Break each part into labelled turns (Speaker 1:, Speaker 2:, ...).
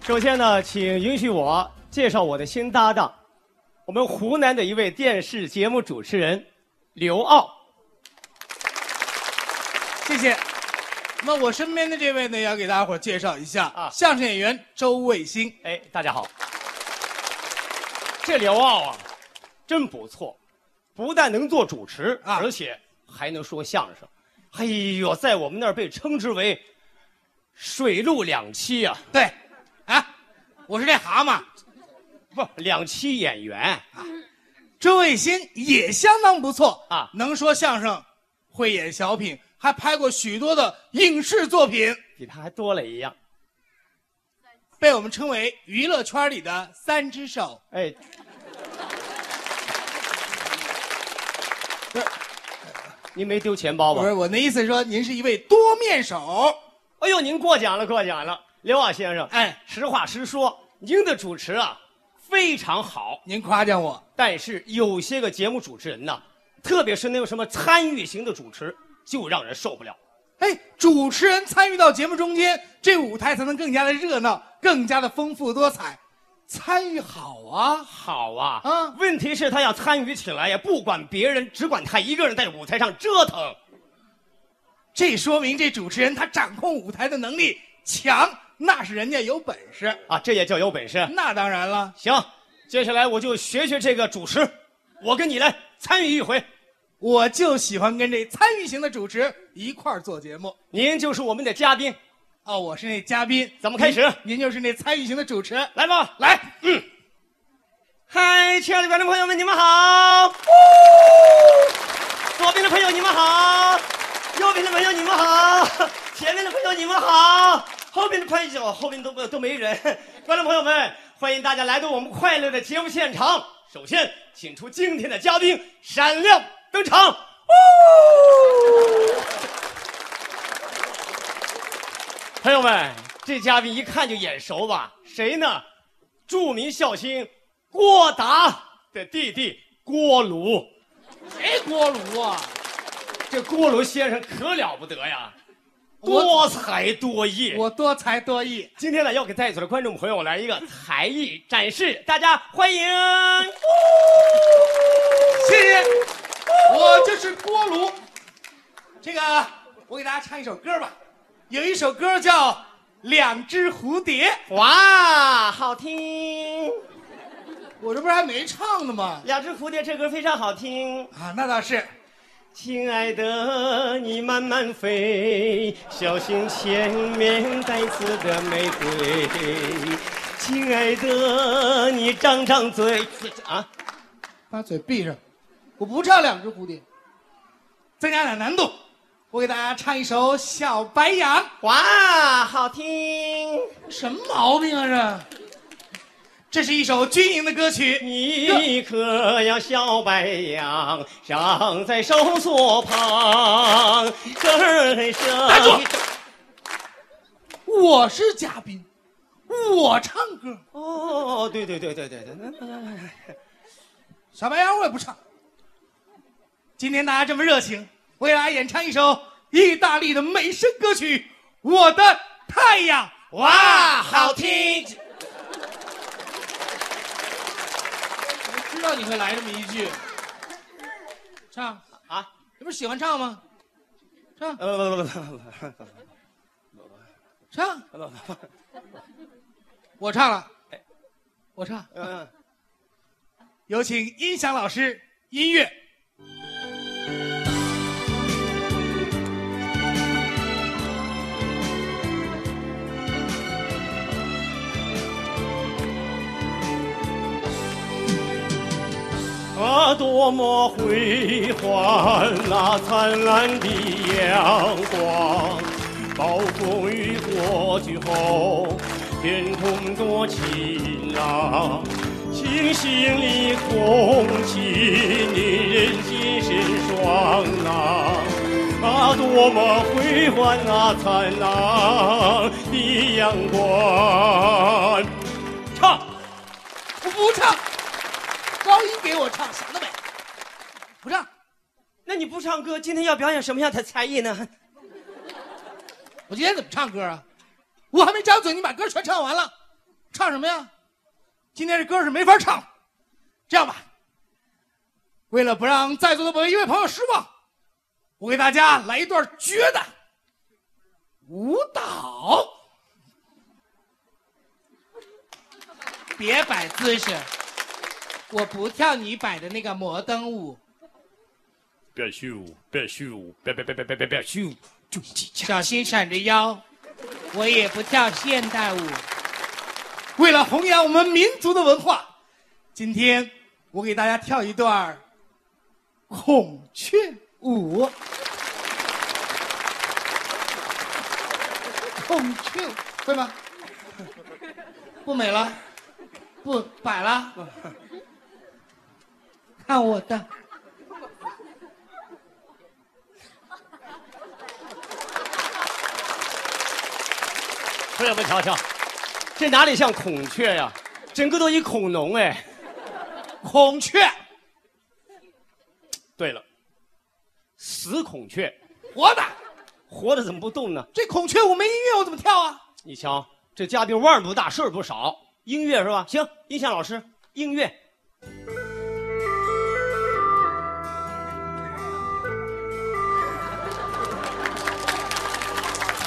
Speaker 1: 首先呢，请允许我介绍我的新搭档，我们湖南的一位电视节目主持人刘傲。
Speaker 2: 谢谢。那我身边的这位呢，也要给大家伙儿介绍一下啊，相声演员周卫星。
Speaker 1: 哎，大家好。这刘傲啊，真不错，不但能做主持，
Speaker 2: 啊
Speaker 1: 而且还能说相声。哎呦，在我们那儿被称之为“水陆两栖”啊，
Speaker 2: 对，啊，我是这蛤蟆。
Speaker 1: 不，两栖演员。
Speaker 2: 周卫星也相当不错
Speaker 1: 啊
Speaker 2: 能说相声，会演小品，还拍过许多的影视作品，
Speaker 1: 比他还多了一样。
Speaker 2: 被我们称为娱乐圈里的三只手。
Speaker 1: 哎，不是，您没丢钱包
Speaker 2: 不是
Speaker 1: 吧？
Speaker 2: 我那意思是说，您是一位多面手。
Speaker 1: 哎呦，您过奖了，过奖了，刘老先生。
Speaker 2: 哎，
Speaker 1: 实话实说，您的主持啊非常好，
Speaker 2: 您夸奖我，
Speaker 1: 但是有些个节目主持人呐，特别是那种什么参与型的主持，就让人受不了。
Speaker 2: 哎，主持人参与到节目中间，这舞台才能更加的热闹，更加的丰富多彩。参与好啊，
Speaker 1: 好啊，
Speaker 2: 啊
Speaker 1: 问题是他要参与起来也不管别人，只管他一个人在舞台上折腾。
Speaker 2: 这说明这主持人他掌控舞台的能力强，那是人家有本事。
Speaker 1: 啊，这也叫有本事。
Speaker 2: 那当然了，
Speaker 1: 行，接下来我就学学这个主持，我跟你来参与一回。
Speaker 2: 我就喜欢跟这参与型的主持一块儿做节目。
Speaker 1: 您就是我们的嘉宾，
Speaker 2: 哦，我是那嘉宾，
Speaker 1: 咱们开始
Speaker 2: 您您就是那参与型的主持。
Speaker 1: 来吧。
Speaker 2: 来，嗯，
Speaker 1: 嗨，亲爱的观众朋友们，你们好！左边的朋友你们好，右边的朋友你们好，前面的朋友你们好，后边的朋友后边都不都没人。观众朋友们，欢迎大家来到我们快乐的节目现场。首先，请出今天的嘉宾闪亮登场。朋友们，这嘉宾一看就眼熟吧？谁呢？著名孝星郭达的弟弟郭鲁。
Speaker 2: 谁锅炉啊？
Speaker 1: 这郭鲁先生可了不得呀，
Speaker 2: 我
Speaker 1: 多才多艺。
Speaker 2: 我多才多艺。
Speaker 1: 今天呢，要给在座的观众朋友来一个才艺展示，大家欢迎。
Speaker 2: 谢谢，我就是锅炉。这个，我给大家唱一首歌吧，有一首歌叫《两只蝴蝶》，
Speaker 1: 哇，好听！
Speaker 2: 我这不是还没唱呢吗？
Speaker 1: 两只蝴蝶这歌非常好听。
Speaker 2: 啊，那倒是。
Speaker 1: 亲爱的，你慢慢飞，小心前面带刺的玫瑰。亲爱的，你张张嘴啊！
Speaker 2: 把嘴闭上，我不唱两只蝴蝶，增加点难度。我给大家唱一首《小白杨》，
Speaker 1: 哇，好听！
Speaker 2: 什么毛病啊这？这是一首军营的歌曲，
Speaker 1: 一棵呀小白杨长在绳索旁，根儿
Speaker 2: 打住
Speaker 1: 上。
Speaker 2: 啊我是嘉宾，我唱歌，
Speaker 1: 哦，对对对对对对，
Speaker 2: 《小白杨》我也不唱。今天大家这么热情，我给大家演唱一首意大利的美声歌曲《我的太阳》。
Speaker 1: 哇，好听！
Speaker 2: 我知道你会来这么一句，唱，
Speaker 1: 啊，
Speaker 2: 这不是喜欢唱吗？唱
Speaker 1: 呃，不不不不不
Speaker 2: 唱，
Speaker 1: 不不不，
Speaker 2: 我唱了，我唱。
Speaker 1: 嗯。
Speaker 2: 有请音响老师，音乐。
Speaker 1: 啊，多么辉煌那灿烂的阳光，暴风雨过去后，变空多晴朗。清新的空气，你人心是爽朗。啊，多么辉煌那灿烂的阳光！唱，
Speaker 2: 我不唱，高音给我唱，想得美。不唱，
Speaker 1: 那你不唱歌，今天要表演什么样的才艺呢？
Speaker 2: 我今天怎么唱歌啊？我还没张嘴，你把歌全唱完了。唱什么呀？今天这歌是没法唱。这样吧，为了不让在座的每一位朋友失望，我给大家来一段绝的舞蹈。别摆姿势，我不跳你摆的那个摩登舞。
Speaker 1: 变虚无，变虚无，变变变变变变变虚无，就几下。
Speaker 2: 小心闪着腰，我也不跳现代舞。为了弘扬我们民族的文化，今天我给大家跳一段儿孔雀舞。孔雀舞会吗？不美了，不摆了。看我的。
Speaker 1: 朋友们瞧瞧，这哪里像孔雀呀、整个都一恐龙哎。
Speaker 2: 孔雀，
Speaker 1: 对了，死孔雀，
Speaker 2: 活的。
Speaker 1: 活着怎么不动呢？
Speaker 2: 这孔雀舞没音乐，我怎么跳啊？
Speaker 1: 你瞧，这嘉宾腕儿不大，事儿不少，音乐是吧？行，音响老师，音乐。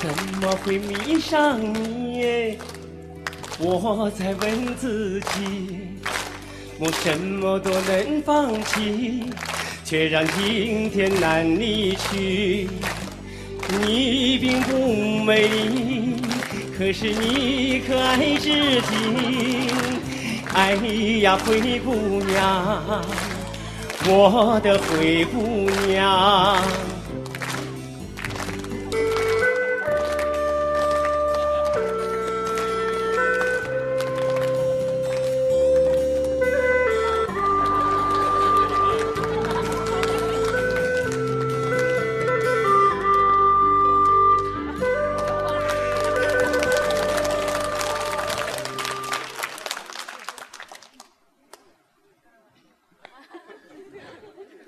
Speaker 1: 怎么会迷上你？我在问自己，我什么都能放弃，却让今天难离去。你并不美丽，可是你可爱至极。哎呀，灰姑娘，我的灰姑娘。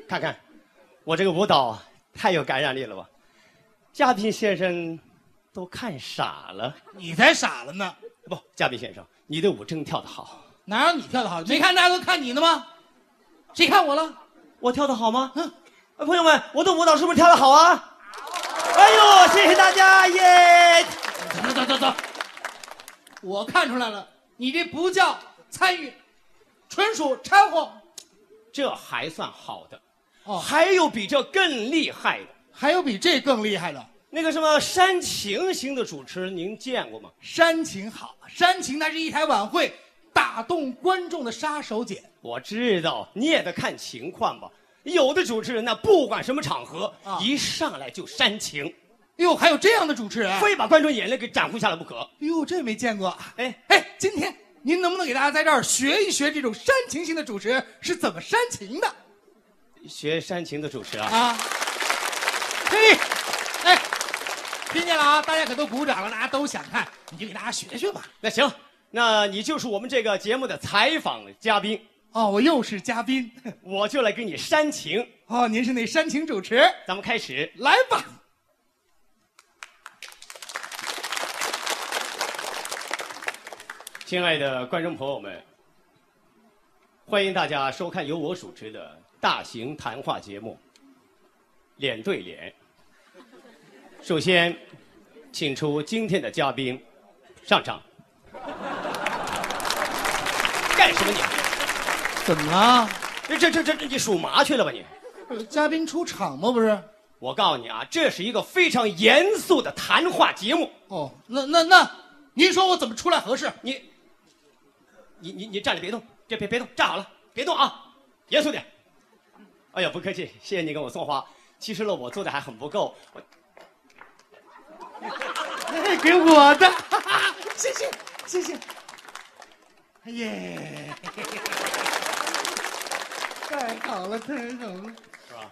Speaker 1: 看看，我这个舞蹈太有感染力了吧？嘉宾先生都看傻了。
Speaker 2: 你才傻了呢！
Speaker 1: 不，嘉宾先生，你的舞真跳得好。
Speaker 2: 哪有你跳的好？没看大家都看你呢吗？谁看我了？
Speaker 1: 我跳得好吗？呃朋友们，我的舞蹈是不是跳得好啊？哎呦，谢谢大家耶！
Speaker 2: 走走走走，我看出来了，你这不叫参与，纯属掺和。
Speaker 1: 这还算好的，
Speaker 2: 哦
Speaker 1: 还有比这更厉害的。
Speaker 2: 还有比这更厉害的，
Speaker 1: 那个什么煽情型的主持人，您见过吗？
Speaker 2: 煽情好，煽情那是一台晚会打动观众的杀手锏。
Speaker 1: 我知道，你也得看情况吧。有的主持人呢，不管什么场合，
Speaker 2: 啊
Speaker 1: 一上来就煽情，
Speaker 2: 哎呦，还有这样的主持人，哎
Speaker 1: 非把观众眼泪给斩获下来不可。
Speaker 2: 呦，这没见过。
Speaker 1: 哎，
Speaker 2: 哎，今天您能不能给大家在这儿学一学这种煽情型的主持人是怎么煽情的
Speaker 1: 学煽情的主持啊，
Speaker 2: 啊？嘿，哎，听见了啊？大家可都鼓掌了，大家都想看，你就给大家学学吧。
Speaker 1: 那行，那你就是我们这个节目的采访嘉宾，
Speaker 2: 哦，我又是嘉宾。
Speaker 1: 我就来给你煽情。
Speaker 2: 哦，您是那煽情主持，
Speaker 1: 咱们开始，
Speaker 2: 来吧。
Speaker 1: 亲爱的观众朋友们，欢迎大家收看由我主持的大型谈话节目《脸对脸》。首先，请出今天的嘉宾上场。干什么你？
Speaker 2: 怎么了？
Speaker 1: 这这这这你属麻去了吧你？
Speaker 2: 嘉宾出场吗？不是？
Speaker 1: 我告诉你啊，这是一个非常严肃的谈话节目。
Speaker 2: 哦，那那那，您说我怎么出来合适？
Speaker 1: 你，你你你站着别动，这别别动，站好了，别动啊，严肃点。哎呀，不客气，谢谢你给我送花。其实呢，我做的还很不够，我
Speaker 2: 哎给我的，哈哈 谢谢谢谢。哎耶，太好了，太好了。
Speaker 1: 是吧？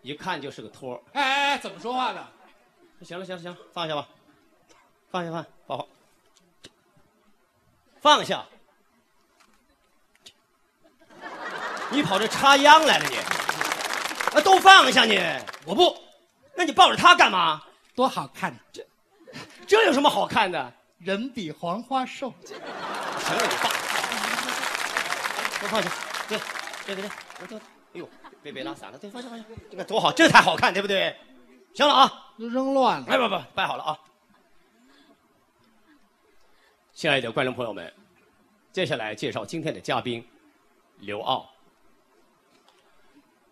Speaker 1: 一看就是个托儿。
Speaker 2: 哎哎哎，怎么说话的？
Speaker 1: 行了行了行了，放下吧，放下放下放下放下。你跑这插秧来了你？啊，都放下你！我不，那你抱着他干嘛？
Speaker 2: 多好看，这
Speaker 1: 这有什么好看的？
Speaker 2: 人比黄花瘦。
Speaker 1: 全是我爸。都放下，对，对对对，我就，哎呦，别别拉散了，对，放下放下，你看多好，这才好看，对不对？行了啊，
Speaker 2: 都扔乱了。
Speaker 1: 哎不不，摆好了啊。亲爱的观众朋友们，接下来介绍今天的嘉宾，刘傲。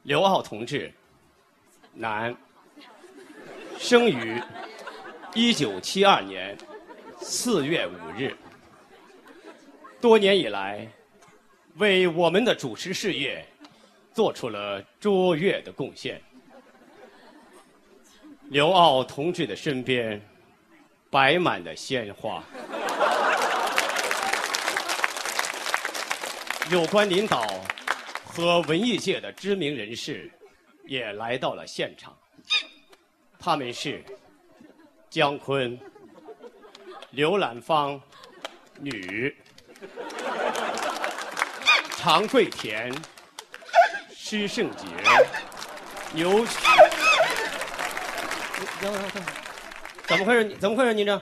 Speaker 1: 刘傲同志，男，生于一九七二年四月五日。多年以来，为我们的主持事业做出了卓越的贡献。刘傲同志的身边摆满了鲜花。有关领导和文艺界的知名人士也来到了现场，他们是姜昆、刘兰芳，女。常贵田、施圣杰、牛，等会儿等会儿怎么回事？你怎么回事？您这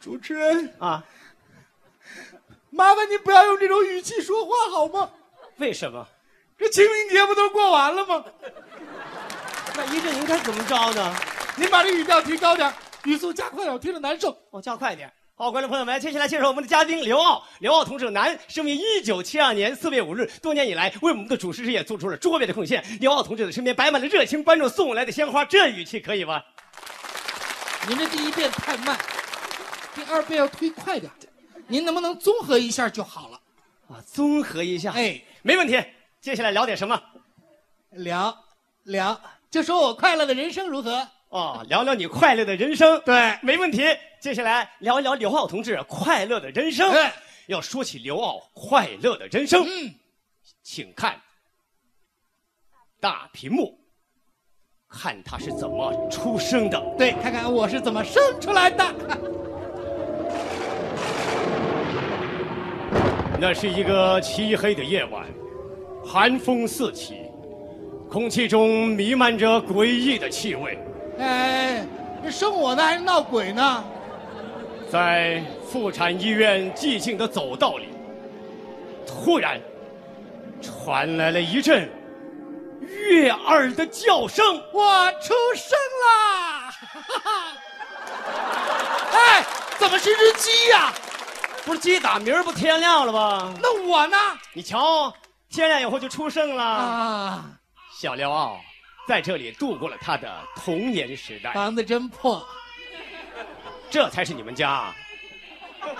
Speaker 2: 主持人，
Speaker 1: 啊？
Speaker 2: 麻烦您不要用这种语气说话好吗？
Speaker 1: 为什么？
Speaker 2: 这清明节不都过完了吗？
Speaker 1: 那一阵应该怎么着呢？
Speaker 2: 您把这语调提高点，语速加快点，我听着难受。
Speaker 1: 我哦加快一点。好，观众朋友们，接下来介绍我们的嘉宾刘傲。刘傲同志，男，生于一九七二年四月五日，多年以来为我们的主持事业做出了卓越的贡献。刘傲同志的身边摆满了热情观众送来的鲜花，这语气可以吗？
Speaker 2: 您这第一遍太慢，第二遍要推快点。您能不能综合一下就好了？
Speaker 1: 啊，综合一下，
Speaker 2: 哎，
Speaker 1: 没问题。接下来聊点什么？
Speaker 2: 聊聊，就说我快乐的人生如何？
Speaker 1: 哦，聊聊你快乐的人生。
Speaker 2: 对，
Speaker 1: 没问题。接下来聊一聊刘傲同志快乐的人生。
Speaker 2: 哎
Speaker 1: 要说起刘傲快乐的人生，
Speaker 2: 嗯，
Speaker 1: 请看大屏幕，看他是怎么出生的。
Speaker 2: 对，看看我是怎么生出来的。
Speaker 1: 那是一个漆黑的夜晚，寒风四起，空气中弥漫着诡异的气味。
Speaker 2: 哎，这生我呢还是闹鬼呢？
Speaker 1: 在妇产医院寂静的走道里，突然传来了一阵悦耳的叫声。
Speaker 2: 我出生 啦！哎，怎么是只鸡呀、
Speaker 1: 不是鸡打鸣儿不天亮了吗？
Speaker 2: 那我呢？
Speaker 1: 你瞧，天亮以后就出生了。
Speaker 2: 啊，
Speaker 1: 小刘傲在这里度过了他的童年时代，
Speaker 2: 啊房子真破，
Speaker 1: 这才是你们家。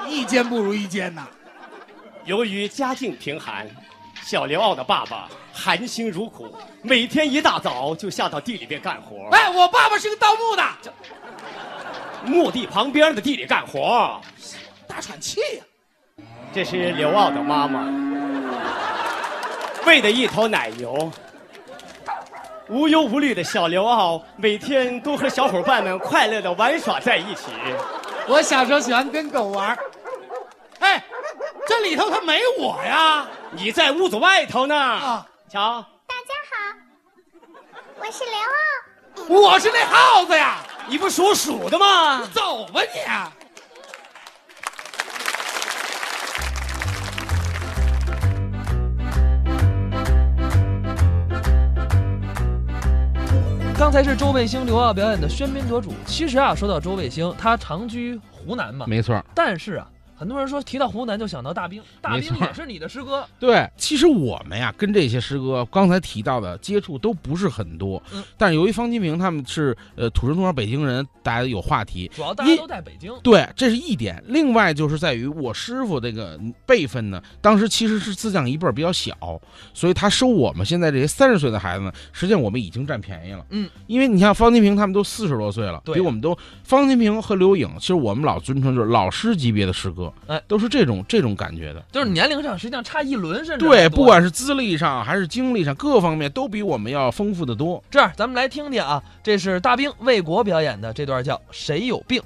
Speaker 2: 一间不如一间呐。
Speaker 1: 由于家境贫寒，小刘傲的爸爸含辛茹苦，每天一大早就下到地里边干活。
Speaker 2: 哎，我爸爸是个盗墓的，
Speaker 1: 墓地旁边的地里干活。
Speaker 2: 大喘气呀、
Speaker 1: 这是刘傲的妈妈，喂的一头奶油。无忧无虑的小刘傲，每天都和小伙伴们快乐的玩耍在一起。
Speaker 2: 我小时候喜欢跟狗玩儿哎，这里头它没我呀。
Speaker 1: 哎你在屋子外头呢，
Speaker 2: 啊
Speaker 1: 瞧，
Speaker 3: 大家好，我是刘傲。
Speaker 2: 我是那耗子呀！
Speaker 1: 你不属鼠的吗？
Speaker 2: 走吧你！啊
Speaker 4: 刚才是周卫星、刘傲表演的《喧宾夺主》。其实啊，说到周卫星，他长居湖南嘛，
Speaker 5: 没错儿，
Speaker 4: 但是啊，很多人说提到湖南就想到大兵，大兵
Speaker 5: 没错
Speaker 4: 也是你的师哥。
Speaker 5: 对，其实我们呀跟这些师哥刚才提到的接触都不是很多，
Speaker 4: 嗯
Speaker 5: 但是由于方金平他们是呃土生土长北京人，大家有话题。
Speaker 4: 主要大家
Speaker 5: 一
Speaker 4: 都在北京，
Speaker 5: 对，这是一点。另外就是在于我师傅这个辈分呢，当时其实是自降一辈儿比较小，所以他收我们现在这些三十岁的孩子呢，实际上我们已经占便宜了。
Speaker 4: 嗯，
Speaker 5: 因为你像方金平他们都四十多岁了，
Speaker 4: 对
Speaker 5: 比我们都方金平和刘颖，其实我们老尊称就是老师级别的师哥，
Speaker 4: 哎，
Speaker 5: 都是这种这种感觉的。
Speaker 4: 就是年龄上实际上差一轮，甚至还
Speaker 5: 对，
Speaker 4: 多
Speaker 5: 不管是资历上还是经历上，各方面都比我们要丰富的多。
Speaker 4: 这样，咱们来听听啊，这是大兵为国表演的这段叫《谁有病》。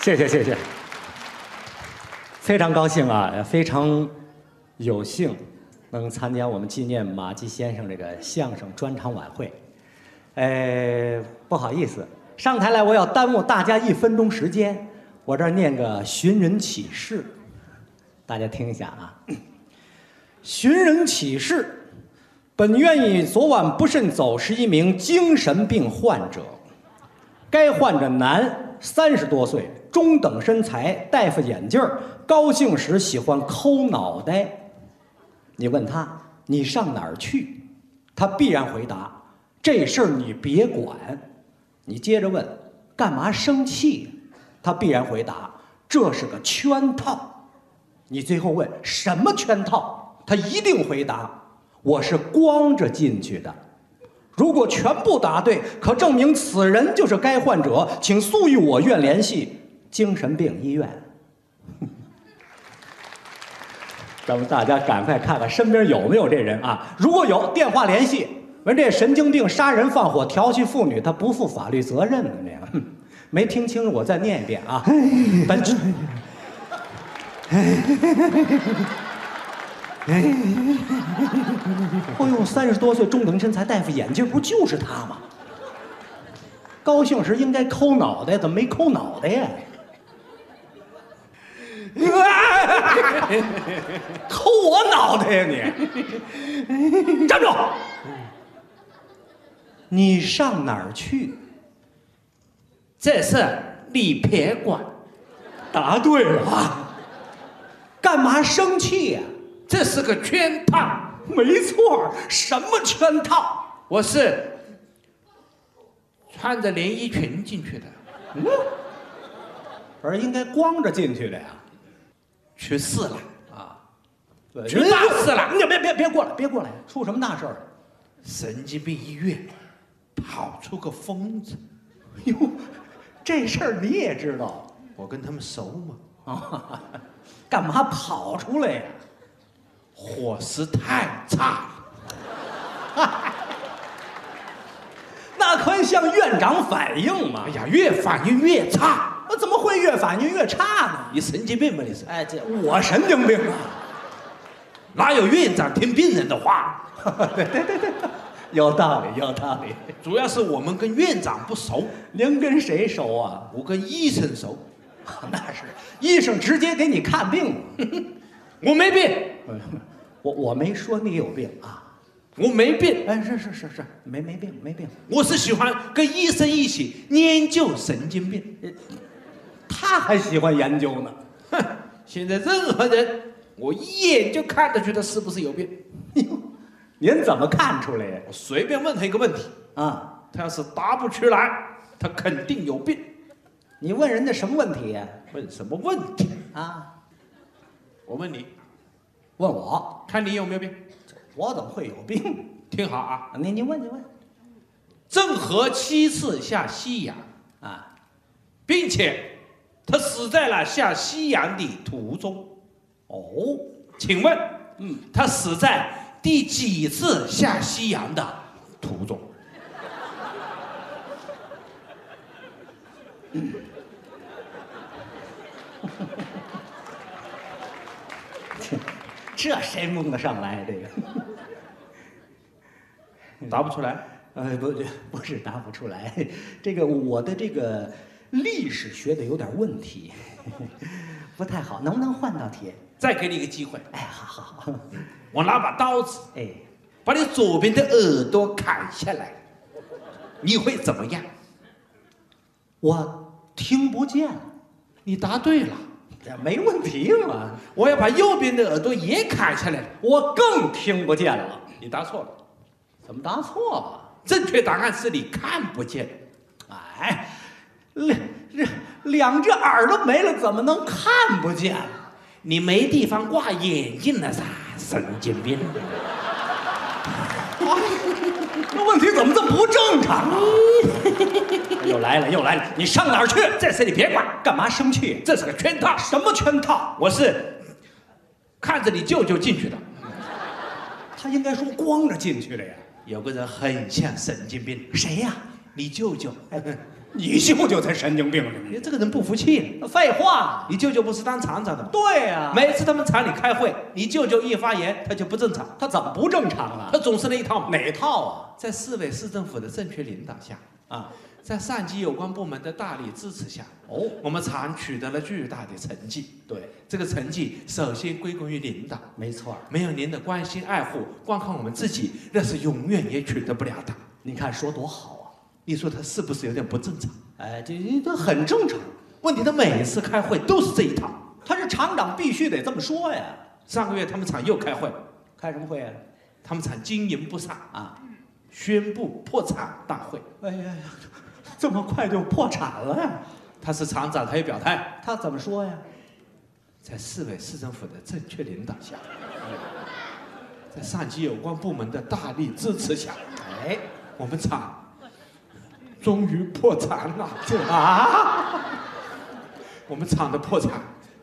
Speaker 6: 谢谢谢谢，非常高兴啊，非常有幸能参加我们纪念马季先生这个相声专场晚会。哎呃，不好意思，上台来我要耽误大家一分钟时间，我这儿念个寻人启事，大家听一下啊。寻人启事，本院已昨晚不慎走失一名精神病患者。该患者男，三十多岁，中等身材，戴副眼镜儿，高兴时喜欢抠脑袋。你问他你上哪儿去，他必然回答这事儿你别管。你接着问干嘛生气，他必然回答这是个圈套。你最后问什么圈套，他一定回答我是光着进去的。如果全部答对，可证明此人就是该患者，请速与我院联系精神病医院。 咱们大家赶快看看身边有没有这人啊！如果有，电话联系。问这神经病杀人放火调戏妇女，他不负法律责任呢？这样哼没听清楚，我再念一遍啊！本哎呦，三十多岁中等身材，戴副眼镜，不就是他吗？高兴时应该抠脑袋，怎么没抠脑袋呀？ 抠我脑袋呀你！站住！你上哪儿去？
Speaker 7: 这事你别管，
Speaker 6: 答对了啊！干嘛生气呀、
Speaker 7: 这是个圈套。
Speaker 6: 没错，什么圈套？
Speaker 7: 我是穿着连衣裙进去的，
Speaker 6: 嗯，不是应该光着进去的呀？
Speaker 7: 去世了。
Speaker 6: 对
Speaker 7: 去大事了
Speaker 6: 你别别别过来，别过来！出什么大事儿了？
Speaker 7: 神经病医院跑出个疯子，
Speaker 6: 哟，哎这事儿你也知道
Speaker 7: 我跟他们熟吗？
Speaker 6: 啊？干嘛跑出来呀、
Speaker 7: 伙食太差了，
Speaker 6: 那可以向院长反映嘛
Speaker 7: 哎！呀，越反应越差。
Speaker 6: 我怎么会越反应越差呢？
Speaker 7: 你神经病吧你是？
Speaker 6: 哎，这我神经病 啊！
Speaker 7: 哪有院长听病人的话？
Speaker 6: 对对对对，有道理，有道理。
Speaker 7: 主要是我们跟院长不熟，
Speaker 6: 您跟谁熟啊？
Speaker 7: 我跟医生熟。
Speaker 6: 那是医生直接给你看病。
Speaker 7: 我没病，
Speaker 6: 我我没说你有病啊！
Speaker 7: 我没病，
Speaker 6: 哎，是是是是，没没病没病。
Speaker 7: 我是喜欢跟医生一起研究神经病。
Speaker 6: 他还喜欢研究呢。
Speaker 7: 哼，现在任何人，我一眼就看得出他是不是有病。
Speaker 6: 哟，您怎么看出来呀？
Speaker 7: 我随便问他一个问题，
Speaker 6: 啊，
Speaker 7: 他要是答不出来，他肯定有病。
Speaker 6: 你问人家什么问题呀？
Speaker 7: 问什么问题？
Speaker 6: 啊，
Speaker 7: 我问你，
Speaker 6: 问我，
Speaker 7: 看你有没有病？
Speaker 6: 我怎么会有病？
Speaker 7: 听好啊，
Speaker 6: 您您问您问
Speaker 7: 郑和七次下西洋，
Speaker 6: 啊，
Speaker 7: 并且他死在了下西洋的途中。
Speaker 6: 哦，
Speaker 7: 请问，嗯，他死在第几次下西洋的途中？
Speaker 6: 这谁蒙得上来啊这个？
Speaker 7: 答不出来。
Speaker 6: 呃，不不是答不出来，这个我的这个历史学的有点问题，不太好，能不能换道题？
Speaker 7: 再给你一个机会，
Speaker 6: 哎，好好好，
Speaker 7: 我拿把刀子
Speaker 6: 哎，
Speaker 7: 把你左边的耳朵砍下来，你会怎么样？
Speaker 6: 我听不见，
Speaker 7: 你答对了。
Speaker 6: 这没问题嘛，
Speaker 7: 我要把右边的耳朵也砍下来了，
Speaker 6: 我更听不见了，
Speaker 7: 你答错了。
Speaker 6: 怎么答错了？
Speaker 7: 正确答案是你看不见。
Speaker 6: 哎，两这两只耳朵没了，怎么能看不见？啊
Speaker 7: 你没地方挂眼镜了噻，神经病！
Speaker 6: 这哎问题怎么这么不正常啊？哎又来了，又来了！你上哪儿去？
Speaker 7: 这事你别管，
Speaker 6: 干嘛生气？
Speaker 7: 这是个圈套。
Speaker 6: 什么圈套？
Speaker 7: 我是看着你舅舅进去的，
Speaker 6: 他应该说光着进去的呀。
Speaker 7: 有个人很像神经病，
Speaker 6: 谁呀、
Speaker 7: 你舅舅。
Speaker 6: 你舅舅才神经病呢！
Speaker 7: 你这个人不服气，
Speaker 6: 废话，
Speaker 7: 你舅舅不是当厂长的吗？
Speaker 6: 对呀、没
Speaker 7: 每次他们厂里开会，你舅舅一发言，他就不正常，啊
Speaker 6: 他怎么不正常了
Speaker 7: 他？总是那一套嘛。啊
Speaker 6: 哪套
Speaker 7: 在市委市政府的正确领导下，
Speaker 6: 啊？啊，
Speaker 7: 在上级有关部门的大力支持下，
Speaker 6: 哦，
Speaker 7: 我们厂取得了巨大的成绩。
Speaker 6: 对，
Speaker 7: 这个成绩首先归功于领导，
Speaker 6: 没错儿。
Speaker 7: 没有您的关心爱护，光靠我们自己，那是永远也取得不了的。
Speaker 6: 你看说多好
Speaker 7: 你说他是不是有点不正常？
Speaker 6: 啊！哎，这这这很正常，
Speaker 7: 问题他每次开会都是这一套。
Speaker 6: 他是厂长必须得这么说呀。
Speaker 7: 上个月他们厂又开会，
Speaker 6: 开什么会啊？
Speaker 7: 他们厂经营不善，
Speaker 6: 啊，
Speaker 7: 宣布破产大会。
Speaker 6: 哎呀呀，这么快就破产了呀？
Speaker 7: 他是厂长，他也表态，
Speaker 6: 他怎么说呀？
Speaker 7: 在市委市政府的正确领导下，在上级有关部门的大力支持下，
Speaker 6: 哎，
Speaker 7: 我们厂终于破产了。
Speaker 6: 这啊，
Speaker 7: 我们厂的破产，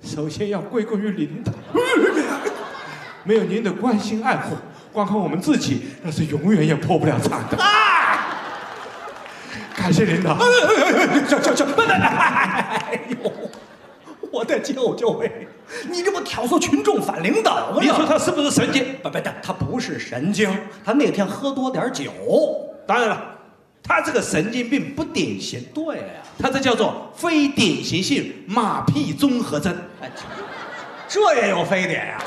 Speaker 7: 首先要归功于领导，没有您的关心爱护，光靠我们自己，那是永远也破不了产的。感谢领导，
Speaker 6: 这这这，哎呦，我的舅舅哎，你这不挑唆群众反领导吗？
Speaker 7: 你说他是不是神经？
Speaker 6: 不不，他他不是神经，他那天喝多点儿酒。
Speaker 7: 当然了，他这个神经病不典型，
Speaker 6: 对呀、
Speaker 7: 他这叫做非典型性马屁综合征。
Speaker 6: 哎，这也有非典呀、